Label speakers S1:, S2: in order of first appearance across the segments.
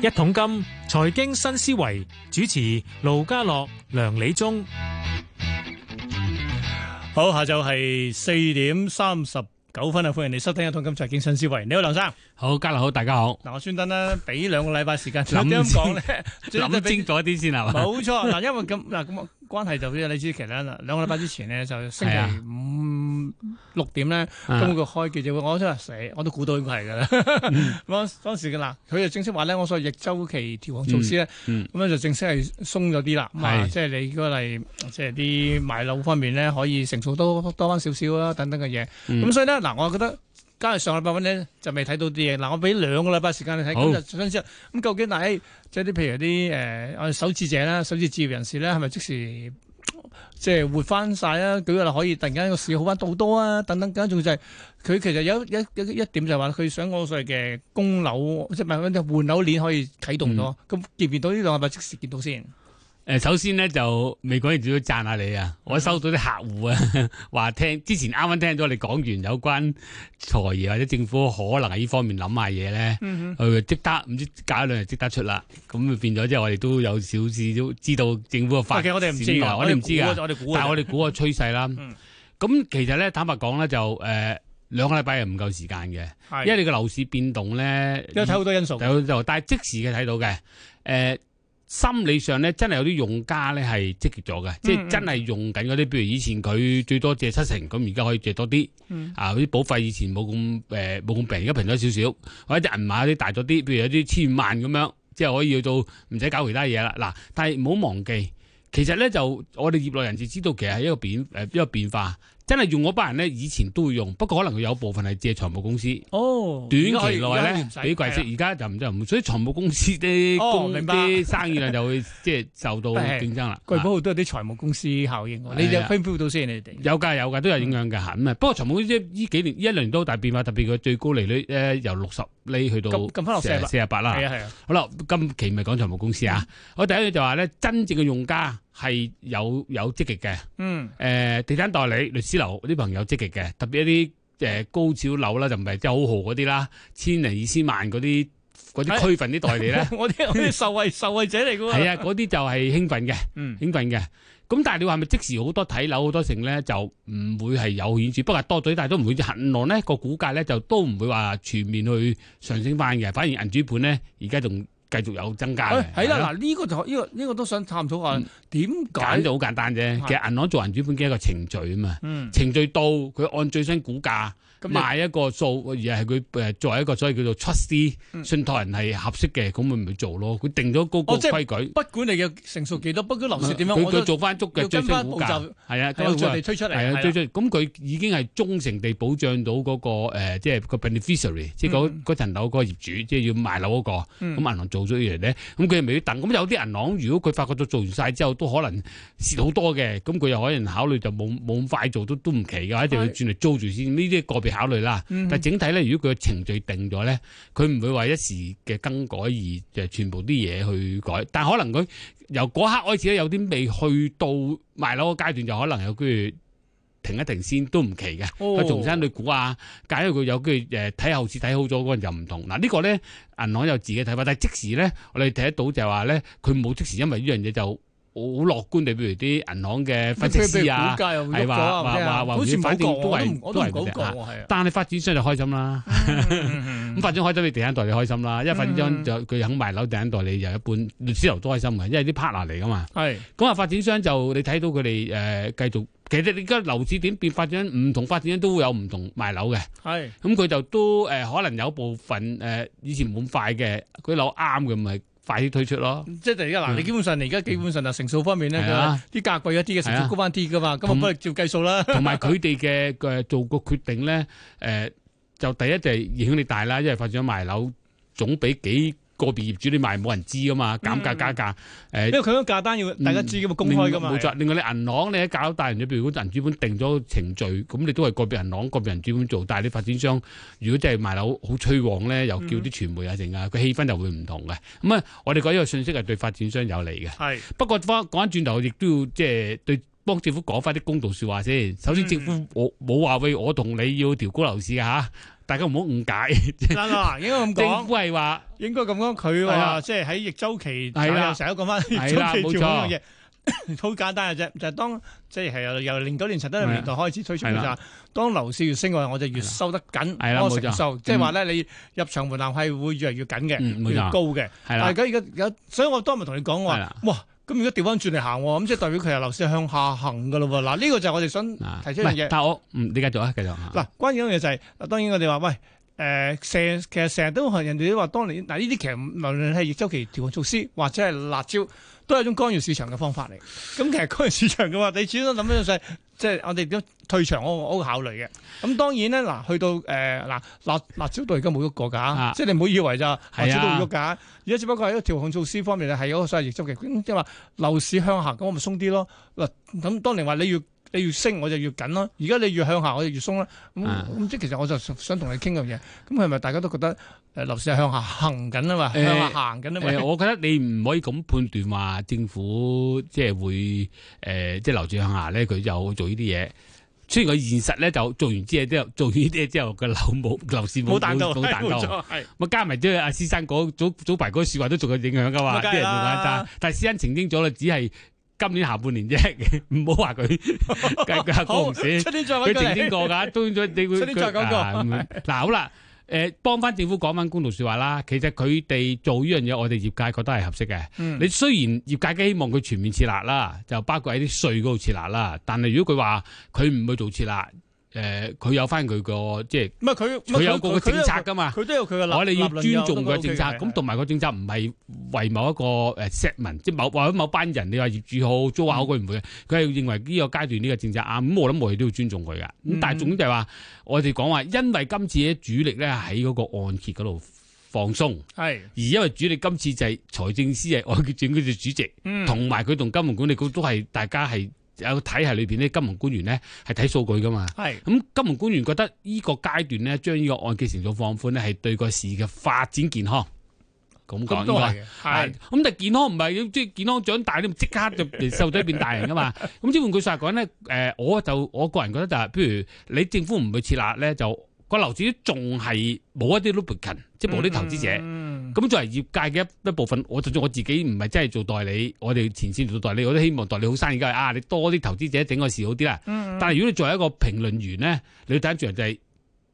S1: 一桶金財經新思維主持盧家樂、梁理中，
S2: 好，下晝係四點三十九分啊！歡迎你收聽《一桶金財經新思維》。你好，梁生。
S3: 好，家樂好，大家好。
S2: 嗱，我專登咧俾兩個禮拜時間，
S3: 諗
S2: 點樣講咧？專
S3: 諗
S2: 登俾
S3: 清楚啲先啊係嘛？
S2: 冇錯嗱，因為咁嗱咁關係就好似你知其啦。嗱，兩個禮拜之前咧就星期
S3: 係啊
S2: 五六點咧，
S3: 啊
S2: 金管局開記者會，我真係死，我都估到應該係㗎啦。 當當時嘅嗱，佢就正式話咧，我所謂逆周期調控措施咧，
S3: 嗯
S2: 咁咧就正式係鬆咗啲啦。咁啊，
S3: 係
S2: 即係你嗰嚟，即係啲賣樓方面咧，可以成數多多翻少少啦，等等嘅嘢。咁、
S3: 嗯
S2: 所以咧，嗱，我覺得。加上上禮拜揾咧就未睇到啲嘢，嗱我俾兩個禮拜時間你睇，
S3: 好
S2: 咁就想知道咁究竟嗱，誒即係啲譬如啲誒我哋首置者啦、首置置業人士咧，係咪即時即係活翻晒啊？舉個例可以突然間個市好翻到好多啊，等等，更加重要就係佢其實有一一一點就係話佢想我所謂嘅供樓，即係唔係換樓鏈可以啟動咗，咁見唔見到呢兩個禮拜即時見到先？
S3: 誒，首先咧就未講完，仲要讚下你啊！
S2: 嗯
S3: 我收到啲客戶啊， 話聽之前啱啱聽咗你講完有關財爺或者政府可能喺呢方面諗下嘢咧，
S2: 嗯
S3: 佢即刻唔知隔一兩日即刻出啦。咁就變咗即係我哋都有少少都知道政府嘅發
S2: 其實我
S3: 展
S2: 哋唔知
S3: 內
S2: 㗎，
S3: 我哋唔知㗎。
S2: 我哋估
S3: 但係我
S2: 㗎，
S3: 哋估個趨勢啦。
S2: 嗯
S3: 咁其實咧，坦白講咧，就誒兩個禮拜係唔夠時間嘅，
S2: 係
S3: 因為你個樓市變動咧，
S2: 因為睇好多因素，
S3: 有就但係即時嘅睇到嘅，誒、心理上咧真係有啲用家咧係積極咗嘅，即係真係用緊嗰啲，譬如以前佢最多借七成，咁而家可以借多啲，
S2: 嗯
S3: 啊啲保費以前冇咁誒冇咁平，而家平咗少少，或者啲銀碼啲大咗啲，譬如有啲千萬咁樣，即係可以去到唔使搞其他嘢啦。嗱，但係唔好忘記，其實咧就我哋業內人士知道，其實係一個變誒、一個變化。真係用嗰班人咧，以前都會用，不過可能佢有部分係借財務公司，
S2: 哦，
S3: 短
S2: 而家可
S3: 期
S2: 以
S3: 內咧俾貴，
S2: 而家可以唔使係啦
S3: 息，而家就唔就唔，所以財務公司啲
S2: 哦
S3: 公
S2: 明白
S3: 啲生意量 就會即係受到
S2: 係
S3: 競爭啦。
S2: 貴
S3: 啊
S2: 寶號都有啲財務公司效應喎，你
S3: 係
S2: 哋
S3: 啊
S2: feel 唔 feel 到先？你哋
S3: 有㗎有㗎都有影響㗎
S2: 嗯
S3: 嚇咁啊！不過財務公司呢幾年呢一兩年都好大變化，特別佢最高利率誒由六十厘去到
S2: 撳撳翻落四十八
S3: 四十八啦
S2: 係。啊係嗯啊，
S3: 好啦，今期咪講財務公司啊！我第一樣就話咧，真正嘅用家係有有積極嘅，誒、呃
S2: 嗯
S3: 地產代理、律師樓啲朋友積極嘅，特別一啲誒、呃高少樓啦，就唔係即係好豪嗰啲啦，千零二千萬嗰啲嗰啲區份啲代理咧。
S2: 我啲我啲受惠受惠者嚟㗎喎，
S3: 係啊，嗰啲就 係興奮嘅，
S2: 嗯，
S3: 興奮嘅。咁但係你話係咪即時好多睇樓好多剩咧，就唔會係有顯著，不過多咗，但係都唔會恒浪咧個股價咧就都唔會話全面去上升翻嘅，反而銀主盤咧而家仲繼續有增加嘅
S2: 哎。係啦，嗱呢個就呢個呢個都想探討下點
S3: 揀
S2: 解
S3: 就好簡單
S2: 係
S3: 啫。其實銀行做銀主盤嘅一個程序啊嘛，
S2: 嗯
S3: 程序到佢按最新股價
S2: 咁就
S3: 賣一個數，而係佢誒作為一個所謂叫做 trustee
S2: 嗯
S3: 信託人係合適嘅，咁咪咪做咯。佢定咗嗰個
S2: 哦即係
S3: 規矩。
S2: 不管你嘅成數幾多，不管樓市哦點樣，
S3: 佢
S2: 我
S3: 佢
S2: 都
S3: 做翻足嘅
S2: 要跟
S3: 最新
S2: 翻
S3: 股
S2: 步
S3: 價，
S2: 驟，
S3: 係啊，
S2: 係有
S3: 都
S2: 着地推出嚟，
S3: 係
S2: 係
S3: 啊，
S2: 啦
S3: 最最咁佢已經係忠誠地保障到嗰、個、呃、即係個 beneficiary，即係嗰嗰層樓嗰個業主，即係要賣樓嗰、個。咁
S2: 嗯
S3: 銀行做咗嘢咧，咁佢未必等。咁有啲銀行如果佢發覺到做完晒之後，都可能蝕好多嘅，咁佢又可能考慮就冇冇咁快做，都都唔奇嘅，一定要轉嚟租住先。呢啲個別考慮啦。
S2: 嗯
S3: 但係整體咧，如果佢嘅程序定咗咧，佢唔會話一時嘅更改而就全部啲嘢去改。但可能佢由嗰刻開始咧，有啲未去到賣樓嘅階段，就可能有跟住停一停先，都唔奇嘅。
S2: 哦
S3: 佢重新去估啊，假如佢有跟住誒睇後市睇好咗嗰陣就唔同。嗱、呢個咧銀行有自己睇法，但係即時咧我哋睇得到就係話咧，佢冇即時因為呢樣嘢就好樂觀地，譬如啲銀行嘅分析師
S2: 佢譬
S3: 啊
S2: 如。股價又喐
S3: 係
S2: 咗
S3: 話
S2: 啊，
S3: 話
S2: 或者
S3: 話話
S2: 好似
S3: 反
S2: 冇
S3: 正
S2: 過，
S3: 都
S2: 我都
S3: 係
S2: 唔我都唔
S3: 都係
S2: 講
S3: 佢哋
S2: 過
S3: 啊
S2: 喎，係啊。
S3: 但係發展商就開心啦，咁發展開心，你地產代理開心啦，因為發展商就佢肯賣樓，地產代理又一半，律師樓都開心嘅，因為啲 partner 嚟噶嘛。
S2: 係
S3: 咁啊，發展商就你睇到佢哋呃誒繼續，其實你而家樓市點變，發展商唔同發展商都會有唔同賣樓嘅。
S2: 係
S3: 咁佢就都誒、呃可能有部分誒、呃以前冇咁快嘅，佢樓啱嘅咪快啲推出咯。
S2: 即係而家嗱，你基本上你而家基本上啊，成數方面咧，
S3: 嗯係
S2: 佢
S3: 啊
S2: 啲價貴一啲嘅，成
S3: 係
S2: 數
S3: 啊
S2: 高翻啲噶嘛，咁啊
S3: 同
S2: 不如照計數 啦。
S3: 同埋佢哋嘅嘅做個決定咧，誒、就第一就係影響力大啦，因為發展咗賣樓總比幾個別業主你賣冇人知噶嘛，減價加價誒。呃
S2: 因為佢嗰個價單要大家知噶嘛，公開噶嘛。啊
S3: 冇錯，另嗯外你銀行你喺搞大人哋，譬如嗰銀主本定咗程序，咁你都係個別銀行、個別人主本做，但係你發展商如果真係賣樓好趨旺咧，又叫
S2: 嗯
S3: 啲傳媒啊成啊，佢氣氛就會唔同嘅。咁啊，我哋覺得呢個信息係對發展商有利嘅。
S2: 係
S3: 不過翻講翻轉頭，亦都要即係對幫政府
S2: 嗯
S3: 講翻啲公道説話先。首先，政府我冇話喂，我同你要調高樓市嘅嚇。大家唔好誤解，
S2: 嗱嗱，應該咁
S3: 政
S2: 講，
S3: 府係話
S2: 應該咁講，佢
S3: 係
S2: 話
S3: 啦
S2: 即係喺逆周期，
S3: 係啦
S2: 又成日都講翻逆
S3: 係啦
S2: 周期
S3: 冇
S2: 調
S3: 錯
S2: 控嘅嘢， 好簡單嘅啫，就係當即係由由零九年陳德霖年代開始推出嘅就
S3: 係
S2: 係，當樓市越升嘅話，我就越收得緊，
S3: 係啦
S2: 嗰
S3: 冇
S2: 個
S3: 錯
S2: 成數，即係話咧你入場門檻係會越嚟越緊
S3: 嗯冇
S2: 嘅，
S3: 錯
S2: 越高嘅。
S3: 係
S2: 但
S3: 啦，
S2: 係而家而家，所以我當日同你講我
S3: 係
S2: 話
S3: 啦，
S2: 哇！咁而家調翻轉嚟行喎，咁即係代表佢係樓市向下行嘅咯喎。嗱，呢個就係我哋想
S3: 啊
S2: 提出一樣
S3: 唔係
S2: 嘢。
S3: 但我嗯，你繼續啊，繼續啊。
S2: 嗱，關鍵一樣嘢就係、當然我哋話喂，誒、成其實成日都係人哋都話當年嗱呢啲其實無論係逆周期調控措施或者係辣椒，都係一種干預市場嘅方法嚟。咁其實干預市場嘅話，你始終諗一樣就係即係我哋點退場我我會考慮嘅。咁當然咧，嗱去到誒嗱、辣辣椒到而家冇喐過㗎，
S3: 啊
S2: 即係你唔好以為咋辣椒都
S3: 係啊
S2: 會喐㗎。而家只不過係一個調控措施方面咧，係有個所謂逆周期。咁即係話樓市向下，咁我咪鬆啲咯。嗱，咁當年話你越你越升，我就越緊咯。而家你越向下，我就越鬆啦。咁
S3: 啊
S2: 咁即係其實我就想想同你傾樣嘢。咁係咪大家都覺得誒樓市係向下行緊啊嘛？向
S3: 誒
S2: 下行緊啊
S3: 誒、
S2: 嘛？
S3: 我覺得你唔可以咁判斷話政府即係會誒、即係樓市向下咧，佢就做呢啲嘢。雖然佢現實咧就做完之嘢之後， 做完呢啲嘢之後，個樓冇 樓市冇
S2: 冇彈到，
S3: 冇彈
S2: 冇
S3: 到。
S2: 錯係
S3: 咁加埋即係阿施生嗰早早排嗰個説話都仲有影響噶嘛，
S2: 咁啊梗
S3: 啲人
S2: 係
S3: 仲
S2: 啦
S3: 簡 單。但係施生澄清咗啦，只係今年下半年啫， 唔好話佢計計下
S2: 好
S3: 股市。
S2: 出年再
S3: 佢
S2: 揾
S3: 澄清
S2: 佢嚟。
S3: 過㗎，都咗你會
S2: 所以再講過
S3: 啊咁樣嗱好啦，誒幫翻政府講翻公道説話啦。其實佢哋做呢樣嘢，我哋業界覺得係合適嘅。
S2: 嗯
S3: 你雖然業界希望佢全面設立啦，就包括喺啲稅嗰度設立啦，但係如果佢話佢唔去做設立，誒佢有翻佢個即係
S2: 唔係佢，
S3: 佢有個政策㗎嘛。
S2: 佢都有佢嘅立
S3: 我哋要
S2: 立論
S3: 尊重
S2: 嘅啊
S3: 佢嘅政策，咁
S2: 同
S3: 同埋個政策唔係為某一個誒 segment，即係某或者某班人，你話業主好租客好，佢唔會嘅，佢係認為呢個階段呢個政策啱，咁我諗我哋都要尊重佢噶。
S2: 嗯
S3: 咁但係總之就係話，我哋講話，因為今次嘅主力咧喺嗰個按揭嗰度放鬆，
S2: 係
S3: 而因為主力今次就係財政司係按揭政佢嘅主席。
S2: 嗯
S3: 同埋佢同金融管理局都係大家係有個體系裏邊咧，金融官員咧係睇數據噶嘛。
S2: 係
S3: 咁金融官員覺得呢個階段咧，將呢個按揭成數放寬咧，係對個市嘅發展健康。咁講
S2: 咁
S3: 應
S2: 都
S3: 該
S2: 係嘅
S3: 係
S2: 係
S3: 咁，但係健康唔係即係健康長大，你唔即刻 就細路仔變大人噶嘛。咁即係換句話講咧，誒、我就我個人覺得就係、譬如你政府唔去設立咧，就個樓市都仲係冇一啲 lubricant，即係冇啲投資者。
S2: 嗯
S3: 咁作為業界嘅一一部分，我就算我自己唔係真係做代理，我哋前線做代理，我都希望代理好生意梗係啊，你多啲投資者整個事好啲啦。
S2: 嗯
S3: 但係如果你作為一個評論員咧，你要睇住人就係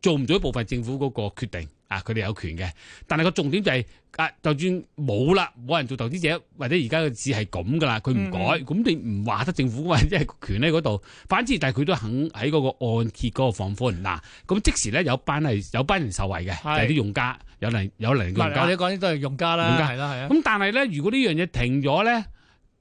S3: 做唔做一部分政府嗰個決定啊，佢哋有權嘅。但係個重點就係、啊，就算冇啦，冇人做投資者，或者而家嘅市係咁噶啦，佢唔改，
S2: 嗯
S3: 咁、你唔話得政府嘛，即係權喺嗰度。反之，但係佢都肯喺嗰個按揭嗰個放寬嗱，咁即時咧有班係有班人受惠嘅，就
S2: 係
S3: 係啲用家有能有能力嘅
S2: 嗱
S3: 用家
S2: 我哋。講啲都係用家啦，
S3: 用家
S2: 係啦係啊，
S3: 咁但係咧，如果呢樣嘢停咗咧，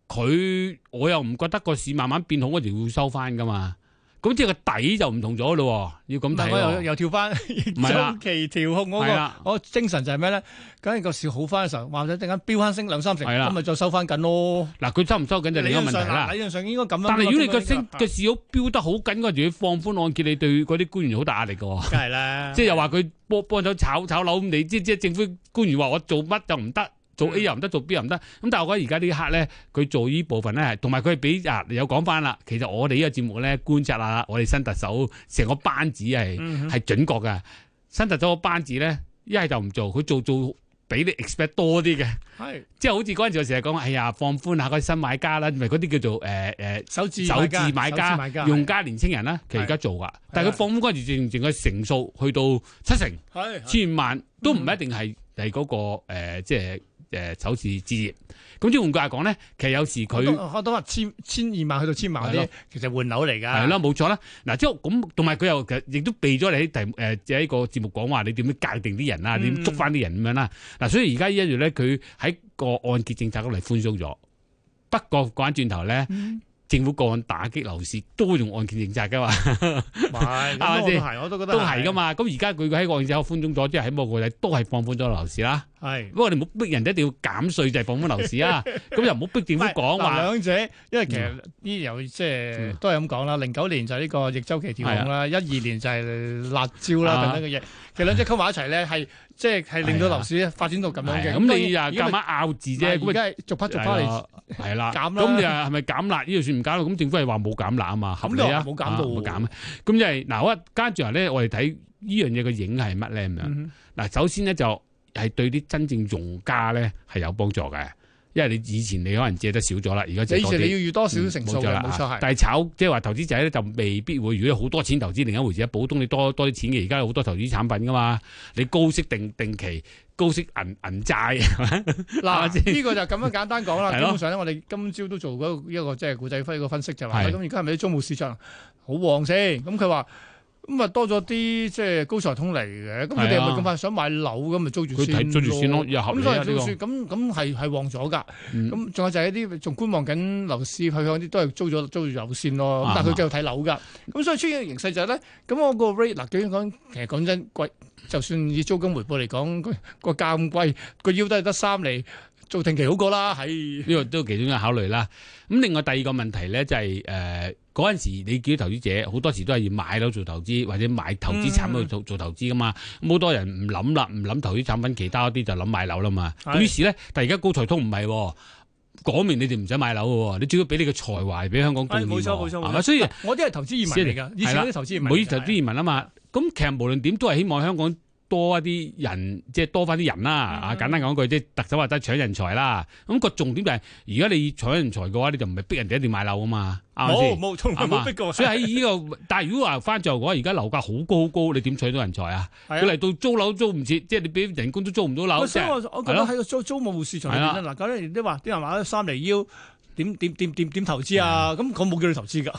S3: 佢我又唔覺得個市慢慢變好，我哋會收翻噶嘛。咁即係個底就唔同咗咯喎，要咁
S2: 咁但
S3: 睇
S2: 係我又
S3: 喎。
S2: 又跳翻
S3: 係啦
S2: 周期調控嗰
S3: 係
S2: 個。
S3: 啦，
S2: 我精神就係咩咧？梗係個市好翻嘅時候，或者突然間飆翻升兩三成，
S3: 係啦
S2: 咁咪再收翻緊咯。
S3: 嗱，佢收唔收緊就另一個問題啦
S2: 理。論上應該咁樣。
S3: 但係如果你個
S2: 應
S3: 升
S2: 該
S3: 個市好飆得好緊嗰陣，要放寬按揭，你對嗰啲官員好大壓力嘅喎。
S2: 梗係啦，
S3: 即係又話佢幫幫手炒炒樓，咁你即即係政府官員話我做乜就唔得，做
S2: 嗯
S3: A 又唔得，做 B 又唔得。咁但係我覺得而家呢一刻咧，佢做呢部分咧，係同埋佢係俾啊有講翻啦。其實我哋呢個節目咧，觀察下我哋新特首成個班子係
S2: 嗯哼
S3: 係準確嘅。新特首個班子咧，一係就唔做，佢做做比你 expect 多啲嘅。
S2: 係
S3: 即係好似嗰陣時我成日講，哎呀放寬下嗰啲新買家啦，咪嗰啲叫做誒誒。呃
S2: 手指
S3: 首置買
S2: 手指
S3: 家
S2: 買家、
S3: 用家年青人咧，其實而家做噶，
S2: 啊
S3: 但係佢放寬嗰陣時，淨淨個成數去到七成、
S2: 係係
S3: 千萬，都唔一定係係嗰個、呃、即係誒首次置業。咁即係換句話講咧，其實有時
S2: 我
S3: 佢
S2: 都我都話千千二萬去到千萬嗰
S3: 係
S2: 啲，其實換樓嚟㗎。
S3: 係啦，冇錯啦。嗱，之後咁，同埋佢又其實亦都避咗你喺題誒，即係喺個節目講話你點樣界定啲人啊，
S2: 嗯
S3: 點捉翻啲人咁樣啦。嗱，所以而家呢一樣咧，佢喺個按揭政策嗰度係寬鬆咗。不過講翻轉頭咧，
S2: 嗯
S3: 政府個案打擊樓市都會用按揭政策噶嘛。
S2: 唔係
S3: 啊
S2: 咁我都
S3: 即係
S2: 係，我都覺得
S3: 都係噶。嘛。咁而家佢喺個按之後寬鬆咗，即係喺某個位都係放寬咗樓市啦。
S2: 係
S3: 不。過你唔好逼人哋一定要減稅就係放寬樓市 啊。咁又唔好逼政府講
S2: 唔係嗱
S3: 話
S2: 兩者，因為其實呢由即係
S3: 嗯
S2: 都係咁講啦。零九年就係呢個逆周期調控啦，一二年就係辣椒啦
S3: 啊
S2: 等等嘅嘢。其實兩者溝埋一齊咧，係即係係令到樓市發展到咁樣
S3: 係
S2: 嘅。
S3: 啊咁你又
S2: 當然
S3: 夾硬拗字啫。
S2: 而
S3: 咁啊
S2: 家係逐筆逐筆嚟，
S3: 係啦，
S2: 減啦
S3: 咁你又係咪減辣？呢度算唔減啦？咁政府係話冇減辣啊嘛，合
S2: 咁
S3: 理
S2: 又
S3: 啊，
S2: 冇減到
S3: 啊冇減啊。咁就係嗱，我跟住嚟咧，我哋睇呢樣嘢嘅影係乜咧咁樣？
S2: 嗯
S3: 嗱，首先咧就係對啲真正用家咧係有幫助嘅，因為你以前你可能借得少咗啦，而家
S2: 哼，
S3: 借
S2: 以
S3: 多
S2: 前你要
S3: 啲。
S2: 預多少成數
S3: 嗯
S2: 嘅，冇
S3: 啊啦
S2: 錯係。
S3: 但係炒即係話投資者咧就未必會，如果好多錢投資另一回事啊。普通你多多啲
S2: 嗯
S3: 錢嘅，而家有好多投資產品噶嘛，你高息定定期、高息銀銀債， 啊即
S2: 嗱，呢個就咁樣簡單講啦。
S3: 係
S2: 基
S3: 咯
S2: 本上咧，我哋今朝都做嗰一個即係股仔輝個分析就話，哎
S3: 係
S2: 咁而家係咪啲中務市場好旺先？咁佢話咁啊多咗啲即係高才通嚟嘅，咁佢哋
S3: 係
S2: 係
S3: 啊
S2: 咪咁快想買樓咁咪租住
S3: 佢
S2: 先？
S3: 睇追住先咯，。又合
S2: 咁
S3: 理
S2: 所以
S3: 啊呢
S2: 就算
S3: 個。
S2: 咁咁係係旺咗㗎。
S3: 嗯
S2: 咁仲有就係一啲仲觀望緊樓市去向啲，都係租咗租住樓先咯。咁但係佢
S3: 啱
S2: 繼續睇樓㗎。咁所以出現嘅形勢就係咧，咁我個 rate 嗱，究竟講其實講真貴，就算以租金回報嚟講，個個價咁貴，個腰都係得三厘，做定期好過啦。係
S3: 呢個都其中一個考慮啦。咁另外第二個問題咧就係誒嗰陣時，你叫啲投資者好多時都係要買樓做投資，或者買投資產品
S1: 嗯
S3: 做做投資噶嘛。咁好多人唔諗啦，唔諗投資產品，其他嗰啲就諗買樓啦嘛。
S2: 係
S3: 咁於是咧，但而家高才通唔係喎。講明你哋唔使買樓嘅喎，你只要俾你嘅才華俾香港貢獻
S1: 係
S3: 喎，
S1: 冇錯冇錯冇錯
S3: 係咪？所以
S2: 我啲係投資移民嚟㗎，以前嗰啲投資移民嚟㗎，
S3: 唔好意思，投資移民啊嘛。咁其實無論點都係希望香港多一啲人，即係多翻啲人啦。啊，
S2: 嗯
S3: 簡單講句，即係特首話齋搶人才啦。咁個重點就係，而家你搶人才嘅話，你就唔係逼人哋一定買樓啊嘛，啱唔啱
S2: 冇
S3: 先？
S2: 冇從來
S3: 啱
S2: 冇
S3: 啊
S2: 逼過。
S3: 所以喺呢、個，但係如果話翻最後嘅話，而家樓價好高好高，你點搶到人才啊？
S2: 係
S3: 佢
S2: 啊
S3: 嚟到租樓租唔切，即係你俾人工都租唔到樓，即
S2: 所以我
S3: 啊係啊
S2: 我覺得喺個租租務市場裏邊咧，嗱，搞啲人都話啲人話三厘腰點點點點點投資啊，
S3: 嗯
S2: 咁我冇叫你投資㗎。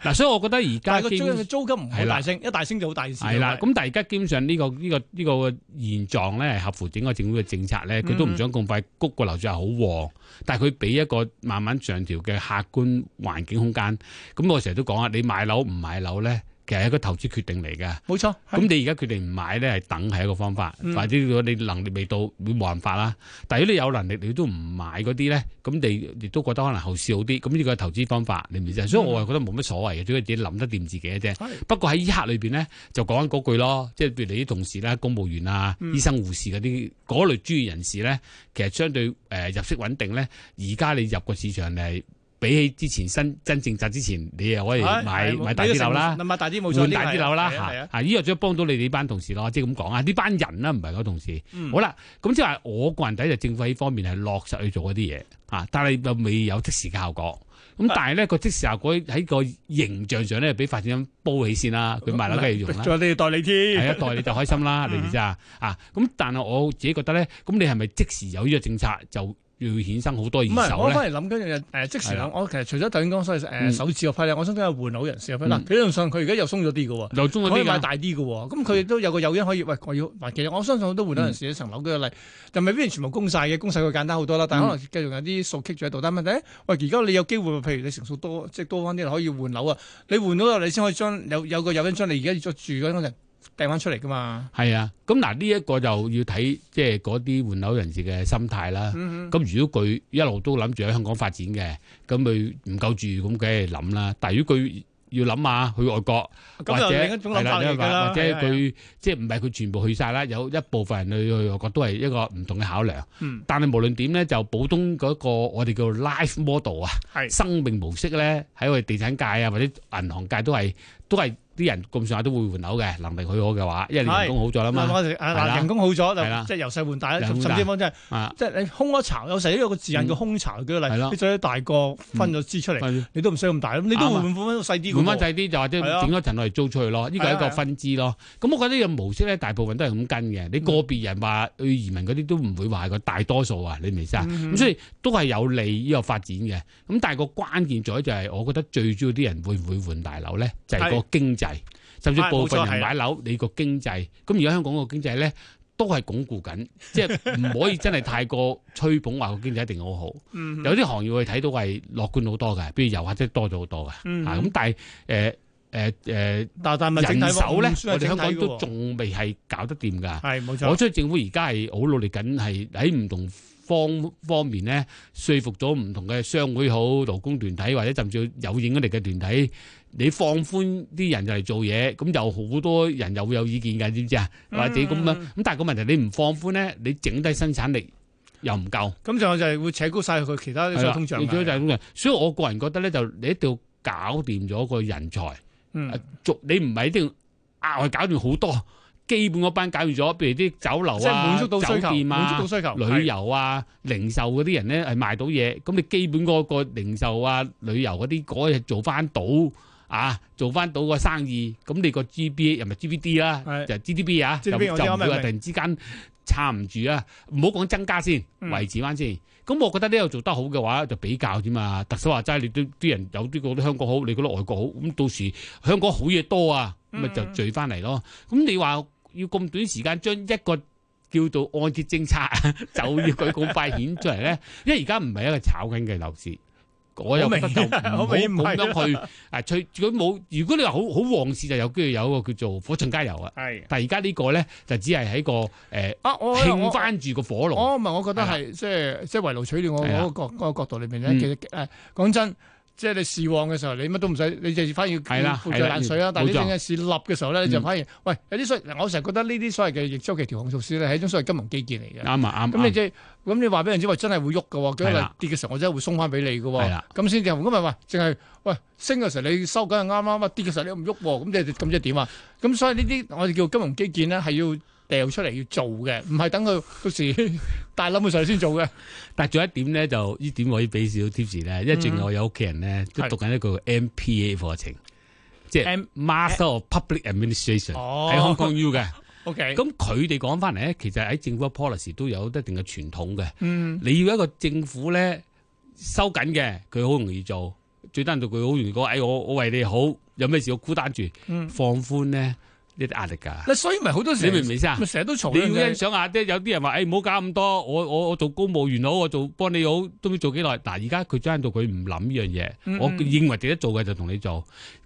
S3: 嗱。所以我覺得而
S2: 但係
S3: 家
S2: 個
S3: 基
S2: 租
S3: 本
S2: 嘅租金唔好大升，一大升就好大事。
S3: 係啦，咁但係而家基本上呢、個呢、個呢、個現狀咧，係合乎整個政府嘅政策咧，佢都唔想咁快谷個樓市係好旺，但係佢俾一個慢慢上調嘅客觀環境空間。咁我成日都講啊，你買樓唔買樓咧，其實係一個投資決定嚟嘅。
S2: 冇錯。
S3: 咁你而家決定唔買咧，係等係一個方法，
S2: 嗯
S3: 或者如果你能力未到，會冇辦法啦。但係如果你有能力，你都唔買嗰啲咧，咁你亦都覺得可能後市好啲，咁呢個係投資方法，你明唔明先？所以我係覺得冇乜所謂嘅，主要自己諗得掂自己嘅啫
S2: 係。
S3: 不過喺呢一刻裏邊咧，就講緊嗰句咯，即係譬如你啲同事啦、公務員啊、醫生、護士嗰啲嗰類專業人士咧，其實相對誒、呃入息穩定咧，而家你入個市場嚟。比起之前新真政策之前，你又可以買買大啲樓啦。
S2: 買大啲冇錯，
S3: 換大啲樓啦
S2: 係啊係
S3: 嚇
S2: 啊，
S3: 啊呢個最幫到你哋呢班同事咯，即係咁講啊，呢班人啦，唔係嗰同事。好啦，咁即係話我個人睇就政府喺方面係落實去做嗰啲嘢啊，但係又未有即時嘅效果。咁
S2: 啊
S3: 但係咧個即時效果喺個形象上咧，俾發展商煲起 先啦，佢賣樓梗係要用啦。
S2: 仲有你代理添，
S3: 係一啊代你就開心 啦，你
S2: 嗯
S3: 哋咋啊？咁但係我自己覺得咧，咁你係咪即時有呢個政策就要衍生好多二
S2: 唔係，
S3: 手
S2: 啊我
S3: 咧？
S2: 翻嚟諗緊樣嘢，誒即時
S3: 係
S2: 諗
S3: 啦，
S2: 我其實除咗頭先講所謂誒
S3: 嗯
S2: 手指嗰批咧，我想睇下換樓人士嗰批。嗱，
S3: 嗯
S2: 理論上佢而家又鬆咗啲嘅喎。
S3: 留中嗰
S2: 可以
S3: 啲
S2: 買
S3: 㗎
S2: 大啲嘅喎，咁佢亦都有個誘因可以，喂，我要嗱，其實我相信好多換樓人士一層樓嘅例，就未必全部供晒嘅，供晒佢簡單好多啦，但係可能繼續有啲數棘住喺度。但係問題咧，喂，而家你有機會，譬如你成數多，即係多翻啲可以換樓啊，你換到啦，你先可以將有有個誘因將你而家住住嗰陣掟翻出嚟噶嘛。
S3: 係啊，咁嗱呢一個就要睇即係嗰啲換樓人士嘅心態啦。咁、如果佢一路都諗住喺香港發展嘅，咁佢唔夠住，咁梗係諗啦。但係如果佢要諗下去外國，
S2: 咁
S3: 或
S2: 就
S3: 者
S2: 另一種諗法嚟
S3: 係
S2: 㗎啦
S3: 啦或者
S2: 係啊
S3: 佢即係唔係佢全部去晒啦，有一部分人去去外國都係一個唔同嘅考量。
S2: 嗯
S3: 但係無論點咧，就普通嗰個我哋叫 life model 啊，
S2: 係
S3: 生命模式咧，喺我哋地產界啊或者銀行界都係都係啲人咁上下都會換樓嘅，能力許可嘅話，因為你人工好咗啦嘛。
S2: 嗱我哋啊
S3: 係
S2: 嗱
S3: 啦
S2: 人工好咗就
S3: 係啦
S2: 即係由細換大，嗯
S3: 由細
S2: 甚
S3: 換
S2: 至
S3: 大
S2: 講真係
S3: 啊，
S2: 即係你空咗巢，有時都有個字眼叫空巢舉個
S3: 係
S2: 例
S3: 啦，
S2: 你最大個分咗支出嚟，
S3: 換
S2: 你都唔使咁大，咁你都
S3: 啱啊
S2: 換翻細啲嘅
S3: 翻
S2: 喎。
S3: 細啲就或者
S2: 係啊
S3: 整咗層落嚟租出去咯，呢個係一
S2: 係啊
S3: 個
S2: 係啊
S3: 分支咯。咁我覺得呢個模式咧，大部分都係咁跟嘅。你個別人話去移民嗰啲都唔會話係個大多數啊，你明唔明先啊？
S2: 嗯
S3: 咁所以都係有利呢個發展嘅。咁但係個關鍵在就係，我覺得最主要啲人會唔會換大樓咧，就係、個經濟，甚至
S2: 係
S3: 部分
S2: 冇錯係
S3: 人
S2: 啦
S3: 買樓，你個經濟。咁而家香港個經濟咧。都係鞏固緊，即 係唔可以真係太過吹捧話個經濟一定好好。
S2: 嗯
S3: 有啲行業我哋睇到係樂觀好多嘅，譬如遊客真係多咗好多嘅。
S2: 嗯
S3: 啊，咁但係誒誒誒
S2: 但但係整體
S3: 人手咧，
S2: 唔算係
S3: 我哋香港
S2: 整體嘅
S3: 都
S2: 喎
S3: 仲未係搞得掂㗎。
S2: 係冇
S3: 我
S2: 錯。
S3: 相信政府而家係好努力緊，係喺唔同方方面咧，說服咗唔同嘅商會好、勞工團體或者甚至有影響力嘅團體，你放寬啲人就嚟做嘢，咁有好多人又會有意見㗎，知唔知啊？
S2: 嗯
S3: 或者咁樣，
S2: 嗯
S3: 咁但係個問題你唔放寬咧，你整低生產力又唔夠。
S2: 咁仲有就係會扯高晒佢其他啲所有啊通脹
S3: 你最
S2: 嘅。
S3: 大通脹。所以我個人覺得咧，就你一定要搞掂咗個人才。
S2: 嗯
S3: 啊，逐你唔係一定額外搞掂好多，基本嗰班搞掂咗，譬如啲酒樓
S2: 即係
S3: 啊、
S2: 滿足到需
S3: 酒
S2: 求，
S3: 店
S2: 滿
S3: 啊
S2: 足到、需求，
S3: 旅遊啊、零售嗰啲人咧係賣到嘢，咁你基本嗰個零售啊、旅遊嗰啲嗰係做翻到啊，做翻到個生意，咁你個 GBA 又咪 GBD 啦，
S2: 係
S3: 就 GDP 啊，就
S2: GDP
S3: 就
S2: 我
S3: 唔
S2: 知
S3: 會
S2: 我
S3: 話
S2: 明
S3: 突
S2: 明
S3: 然之間撐唔住啊！唔好講增加先，
S2: 嗯
S3: 維持翻先。咁我覺得呢度做得好嘅話，就比較啫嘛。特首話齋，你都啲人有啲覺得香港好，你覺得外國好，咁到時香港好嘢多啊，咁咪
S2: 嗯
S3: 就聚翻嚟咯。咁你話要咁短時間將一個叫做按揭政策 就要佢咁快顯出嚟 咧，因為而家唔係一個炒緊嘅樓市。我又覺得就唔好
S2: 好明顯
S3: 咁樣去啊！除如果冇，如果你話好好旺市，就有機會有一個叫做火上加油啊！
S2: 係
S3: 但係而家呢個咧就只係喺個誒、呃、
S2: 啊，我
S3: 興
S2: 我
S3: 翻住個火爐。
S2: 我唔係，我覺得係即係即係圍爐取暖，我
S3: 係啊
S2: 嗰個角嗰個角度裏邊咧，
S3: 嗯
S2: 其實誒講真。即係你市旺嘅時候，你乜都唔使，你就反而要
S3: 係啦
S2: 負
S3: 係
S2: 責
S3: 啦
S2: 冷水啦。啊但係你
S3: 冇錯
S2: 正係市立嘅時候咧，你就
S3: 嗯
S2: 反而喂有啲所謂，我成日覺得呢啲所謂嘅逆周期調控措施咧，係一種所謂金融基建嚟嘅。
S3: 啱啊啱。
S2: 咁你
S3: 啱
S2: 即係咁你話俾人知，喂真係會喐嘅喎，
S3: 係
S2: 舉例
S3: 啦
S2: 跌嘅時候我真係會鬆翻俾你嘅
S3: 係
S2: 喎
S3: 啦，
S2: 咁先至。咁咪話淨係喂升嘅時候你收緊係啱啱啊，跌嘅時候你又唔喐喎，咁你咁即係點啊？咁所以呢啲我哋叫金融基建咧係要掉出嚟要做嘅，唔係等佢到時 大冧嘅時候先做嘅。
S3: 但係仲有一點咧，就呢點我可以俾少少 tips 咧，因為最近我有屋企人咧都
S2: 嗯係
S3: 讀緊一個 MPA 課程，即
S2: M-
S3: 係 Master of Public Administration 喺香
S2: 哦
S3: 港 U 嘅。
S2: ，OK，
S3: 咁佢哋講翻嚟咧，其實喺政府嘅 policy 都有一定嘅傳統嘅。
S2: 嗯，
S3: 你要一個政府咧收緊嘅，佢好容易做，最單獨佢好容易講，哎我我為你好，有咩事我孤單住，
S2: 嗯
S3: 放寬咧一啲壓力㗎。
S2: 嗱所以咪好多時
S3: 你明唔明先啊
S2: 咪？成日都嘈
S3: 你要欣
S2: 嘅，
S3: 賞下，即係有啲人話：，誒、哎唔好搞咁多，我我我做公務員好，我做幫你好，都唔知做幾耐。嗱，而家佢真係到佢唔諗呢樣嘢，
S2: 嗯嗯
S3: 我認為值得做嘅就同你做。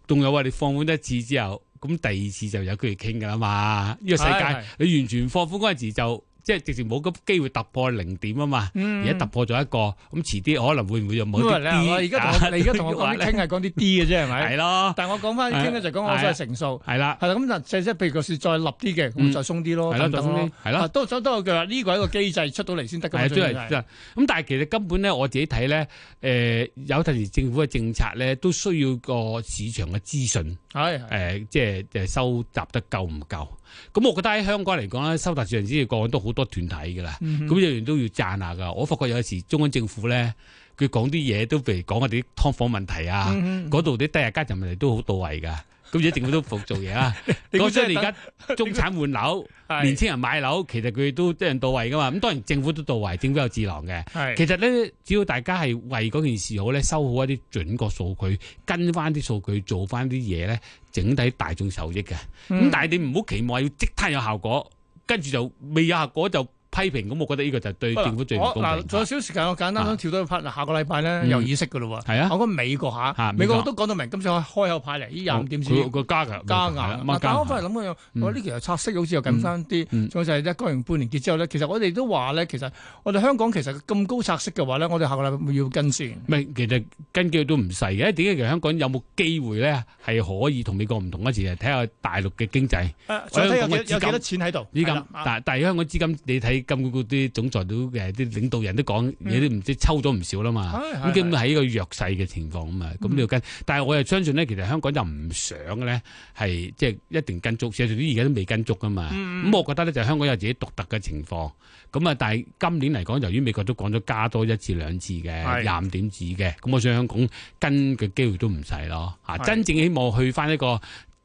S3: 仲有話你放寬一次之後，咁第二次就有機會傾㗎啦嘛。呢、個世
S2: 係係
S3: 界你完全放寬嗰陣時就即係直情冇咁機會突破零點啊嘛。而
S2: 嗯
S3: 家突破咗一個，咁遲啲可能會唔會又冇
S2: 咁啊
S3: 啲啊
S2: 你話我而家同我你而家同我講啲傾係講啲 D 嘅啫，係咪？
S3: 係咯，
S2: 但係我講翻傾咧就講我所謂成數。
S3: 係啦，
S2: 係啦，咁嗱，即係即係譬如個市再立啲嘅，咁
S3: 嗯
S2: 再鬆啲咯，
S3: 係啦，就
S2: 等
S3: 咁
S2: 等咯
S3: 啲，係啦
S2: 啊。都都都有句話，呢個係一個機制出到嚟先得㗎嘛。
S3: 係
S2: 啊最緊
S3: 真係
S2: 要係
S3: 真係咁，但係其實根本咧，我自己睇咧，誒、有陣時政府嘅政策咧，都需要個市場嘅資訊，
S2: 係
S3: 誒、
S2: 係
S3: 即係誒收集得夠唔夠？咁我覺得喺香港嚟講咧，收集市場資料個案都好多團體㗎啦，
S2: 嗯
S3: 咁樣樣都要讚下㗎。我發覺有時中央政府咧，佢講啲嘢都譬如講我哋啲劏房問題啊，
S2: 嗯
S3: 嗰度啲低下階層問題都好到位㗎。咁而家政府都服做嘢啦，
S2: 你估
S3: 咁所
S2: 真係
S3: 以你而家中產換樓。
S2: 係
S3: 年青人買樓，其實佢都一樣到位噶嘛。咁當然政府都到位，政府有智囊嘅。
S2: 係
S3: 其實咧，只要大家係為嗰件事好咧，收好一啲準確數據，跟翻啲數據做翻啲嘢咧，整體大眾受益嘅。咁、
S2: 嗯
S3: 但係你唔好期望要即刻有效果，跟住就未有效果就批評。咁我覺得呢個就
S2: 不
S3: 對
S2: 過
S3: 政府最唔
S2: 我
S3: 公
S2: 嗱，仲有
S3: 平。哦啊
S2: 少時間，我簡單想跳到去 part 嗱下個禮拜咧
S3: 嗯
S2: 有議息㗎咯喎。
S3: 係啊
S2: 我講美國嚇，
S3: 嚇
S2: 美國
S3: 美國
S2: 都講到明，今次開口派嚟呢廿五點子
S3: 佢個加㗎
S2: 加
S3: 係啦
S2: 硬。
S3: 加
S2: 嗱，但我
S3: 硬
S2: 翻嚟諗嗰樣，
S3: 嗯
S2: 我呢期又拆息好似又緊翻啲，
S3: 嗯嗯
S2: 仲有就係咧過完半年結之後咧，其實我哋都話咧，其實我哋香港其實咁高拆息嘅話咧，我哋下個禮拜要跟先。
S3: 唔係，其實根據都唔細嘅。點解其實香港有冇機會咧係可以同美國唔同嗰時，就係睇下大陸嘅經濟。
S2: 誒再啊睇有幾
S3: 我哋講個資金
S2: 有幾多錢喺度？
S3: 呢
S2: 係
S3: 啊咁
S2: 啦，啊
S3: 但但係香港資金，你睇金管局啲總裁都誒啲領導人都講，
S2: 嗯
S3: 嘢都唔知抽咗唔少啦嘛。
S2: 係啊係
S3: 咁基啊本係一個弱勢嘅情況啊嘛，咁你要跟。但係我又相信咧，其實香港就唔想咧係即係一定跟足，事實上啲而家都未跟足噶嘛。咁、我覺得咧就香港有自己獨特嘅情況。咁啊，但係今年嚟講，由於美國都講咗加多一次兩次
S2: 係
S3: 嘅廿五點子嘅，咁我想香港跟嘅機會都唔細咯。嚇，
S2: 係
S3: 真正希望去翻一個。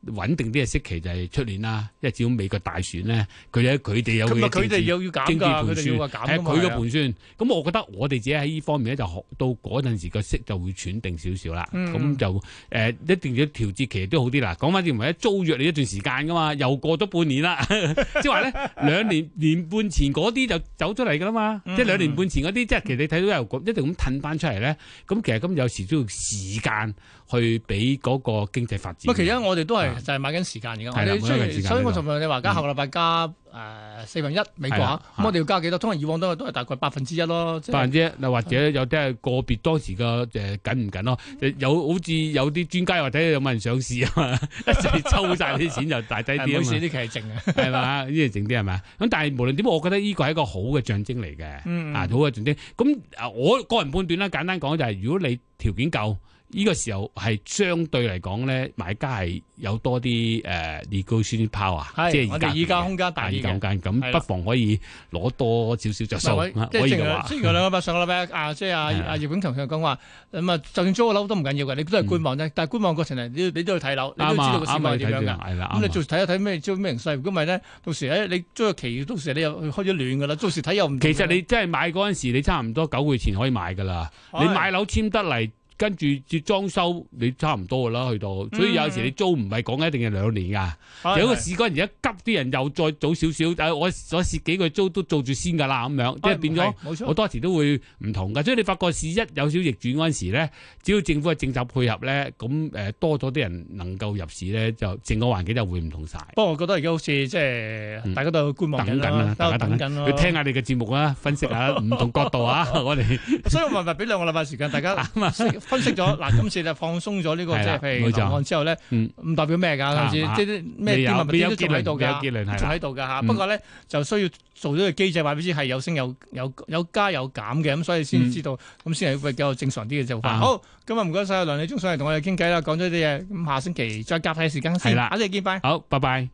S3: 穩定啲嘅息期就係出年啦，因為始終美國大選咧，佢有佢哋有
S2: 咁
S3: 嘅
S2: 啊，佢哋又要減
S3: 政治
S2: 㗎，
S3: 盤
S2: 佢哋要話
S3: 算，
S2: 減
S3: 係啊
S2: 㗎嘛啊
S3: 佢嘅盤算。咁我覺得我哋自己喺呢方面咧，就學到嗰陣時個息就會喘定少少啦。
S2: 嗯
S3: 咁、就誒、呃一定要調節期都好啲啦。講翻轉頭，一租約你一段時間噶嘛，又過咗半年啦， 即係話咧兩年年半前嗰啲就走出嚟噶啦嘛，
S2: 嗯
S3: 即係兩年半前嗰啲，即係其實你睇到有個一定咁褪翻出嚟咧。咁其實咁有時都要時間去俾嗰個經濟發展。
S2: 不過其實我哋都係
S3: 啊
S2: 就係買緊時間而家，我
S3: 係啦
S2: 哋雖
S3: 買緊
S2: 然
S3: 時間
S2: 所以我
S3: 呢個
S2: 尋日你話加下個禮拜加誒四分一美國
S3: 係
S2: 嚇
S3: 啦，
S2: 咁
S3: 啊
S2: 我哋要加幾多？通常以往都係都係大概百分之一咯，即
S3: 百
S2: 係嗯
S3: 分之一，嗱或者有啲係個別當時嘅誒緊唔緊咯，有好似有啲專家話睇有冇人上市啊嘛， 一齊抽晒啲錢就大低
S2: 係唔好意思，
S3: 啲啊
S2: 呢期係 淨嘅。
S3: 嘛，係嘛？呢啲整啲係咪？咁但係無論點，我覺得呢個係一個好嘅象徵嚟嘅，
S2: 嗯
S3: 啊啊好嘅象徵。咁啊我個人判斷啦，簡單講就係、如果你條件夠。呢個時候係相對嚟講咧，買家係有多啲誒 negotiation power，
S2: 係
S3: 即係
S2: 我
S3: 而家
S2: 哋議價空間大啲嘅。
S3: 咁
S2: 係
S3: 間，咁
S2: 啦
S3: 不妨可以攞多少少着數，啊
S2: 唔係即
S3: 可
S2: 係
S3: 以
S2: 正
S3: 嘅
S2: 如
S3: 話
S2: 即，係兩個禮拜上個禮拜啊，即係阿
S3: 係啊
S2: 阿葉永強佢講話咁啊，就算租個樓都唔緊要嘅，你都係觀望啫。但係觀望過程係你你都要睇樓，你都要知
S3: 嗯啱啊
S2: 道個市
S3: 啱啊，
S2: 況係
S3: 你
S2: 點
S3: 睇
S2: 樣
S3: 住
S2: 㗎。
S3: 係啦，
S2: 咁你
S3: 啱啊
S2: 做睇下睇咩租咩形勢，如果唔係咧，到時咧你租個期，到時你又開咗亂㗎啦，到時睇又唔同
S3: 其
S2: 㗎。
S3: 實你真係買嗰陣時，你差唔多九個月前可以買㗎啦。
S2: 係
S3: 你買樓簽得嚟，跟住接裝修，你差唔多㗎啦，去到。所以有時你租唔係講一定係兩年㗎。
S2: 嗯係
S3: 有個
S2: 係
S3: 市嗰陣而家急啲人又再早少少，但係我我蝕幾個租都做住先㗎啦，咁樣即係
S2: 係
S3: 變咗
S2: 係。冇錯
S3: 好多時都會唔同㗎，所以你發覺市一有少逆轉嗰陣時咧，只要政府嘅政策配合咧，咁誒多咗啲人能夠入市咧，就整個環境就會唔同晒。
S2: 不過我覺得而家好似即係
S3: 嗯
S2: 大家都觀望緊
S3: 等緊
S2: 啦
S3: 啦，
S2: 都
S3: 大家
S2: 等緊
S3: 要
S2: 咯。
S3: 聽下你嘅節目啊，分析下唔同角度啊， 我哋
S2: 所以我咪俾兩個禮拜時間大 家識分析咗。嗱，今次就放鬆咗呢個即
S3: 係
S2: 係
S3: 啦
S2: 譬如
S3: 冇錯
S2: 樓案之後咧，
S3: 嗯
S2: 唔代表咩㗎？係咪
S3: 啱
S2: 先
S3: 啊
S2: 即係啲咩
S3: 未
S2: 啲
S3: 有
S2: 物
S3: 未有
S2: 都
S3: 結
S2: 仲喺度
S3: 論，未有
S2: 㗎
S3: 結。論係
S2: 仲
S3: 啦
S2: 喺度㗎嚇，
S3: 嗯
S2: 不過咧就需要做咗個機制，話俾知係有升有有有加有減嘅，咁所以先知道，咁先係比較正常啲嘅做法。
S3: 啱
S2: 好，今日唔該晒梁理中上嚟同我哋傾偈啦，講咗啲嘢，咁下星期再夾睇時間
S3: 係
S2: 先，
S3: 啦
S2: 下星期見，拜。
S3: 好，拜拜。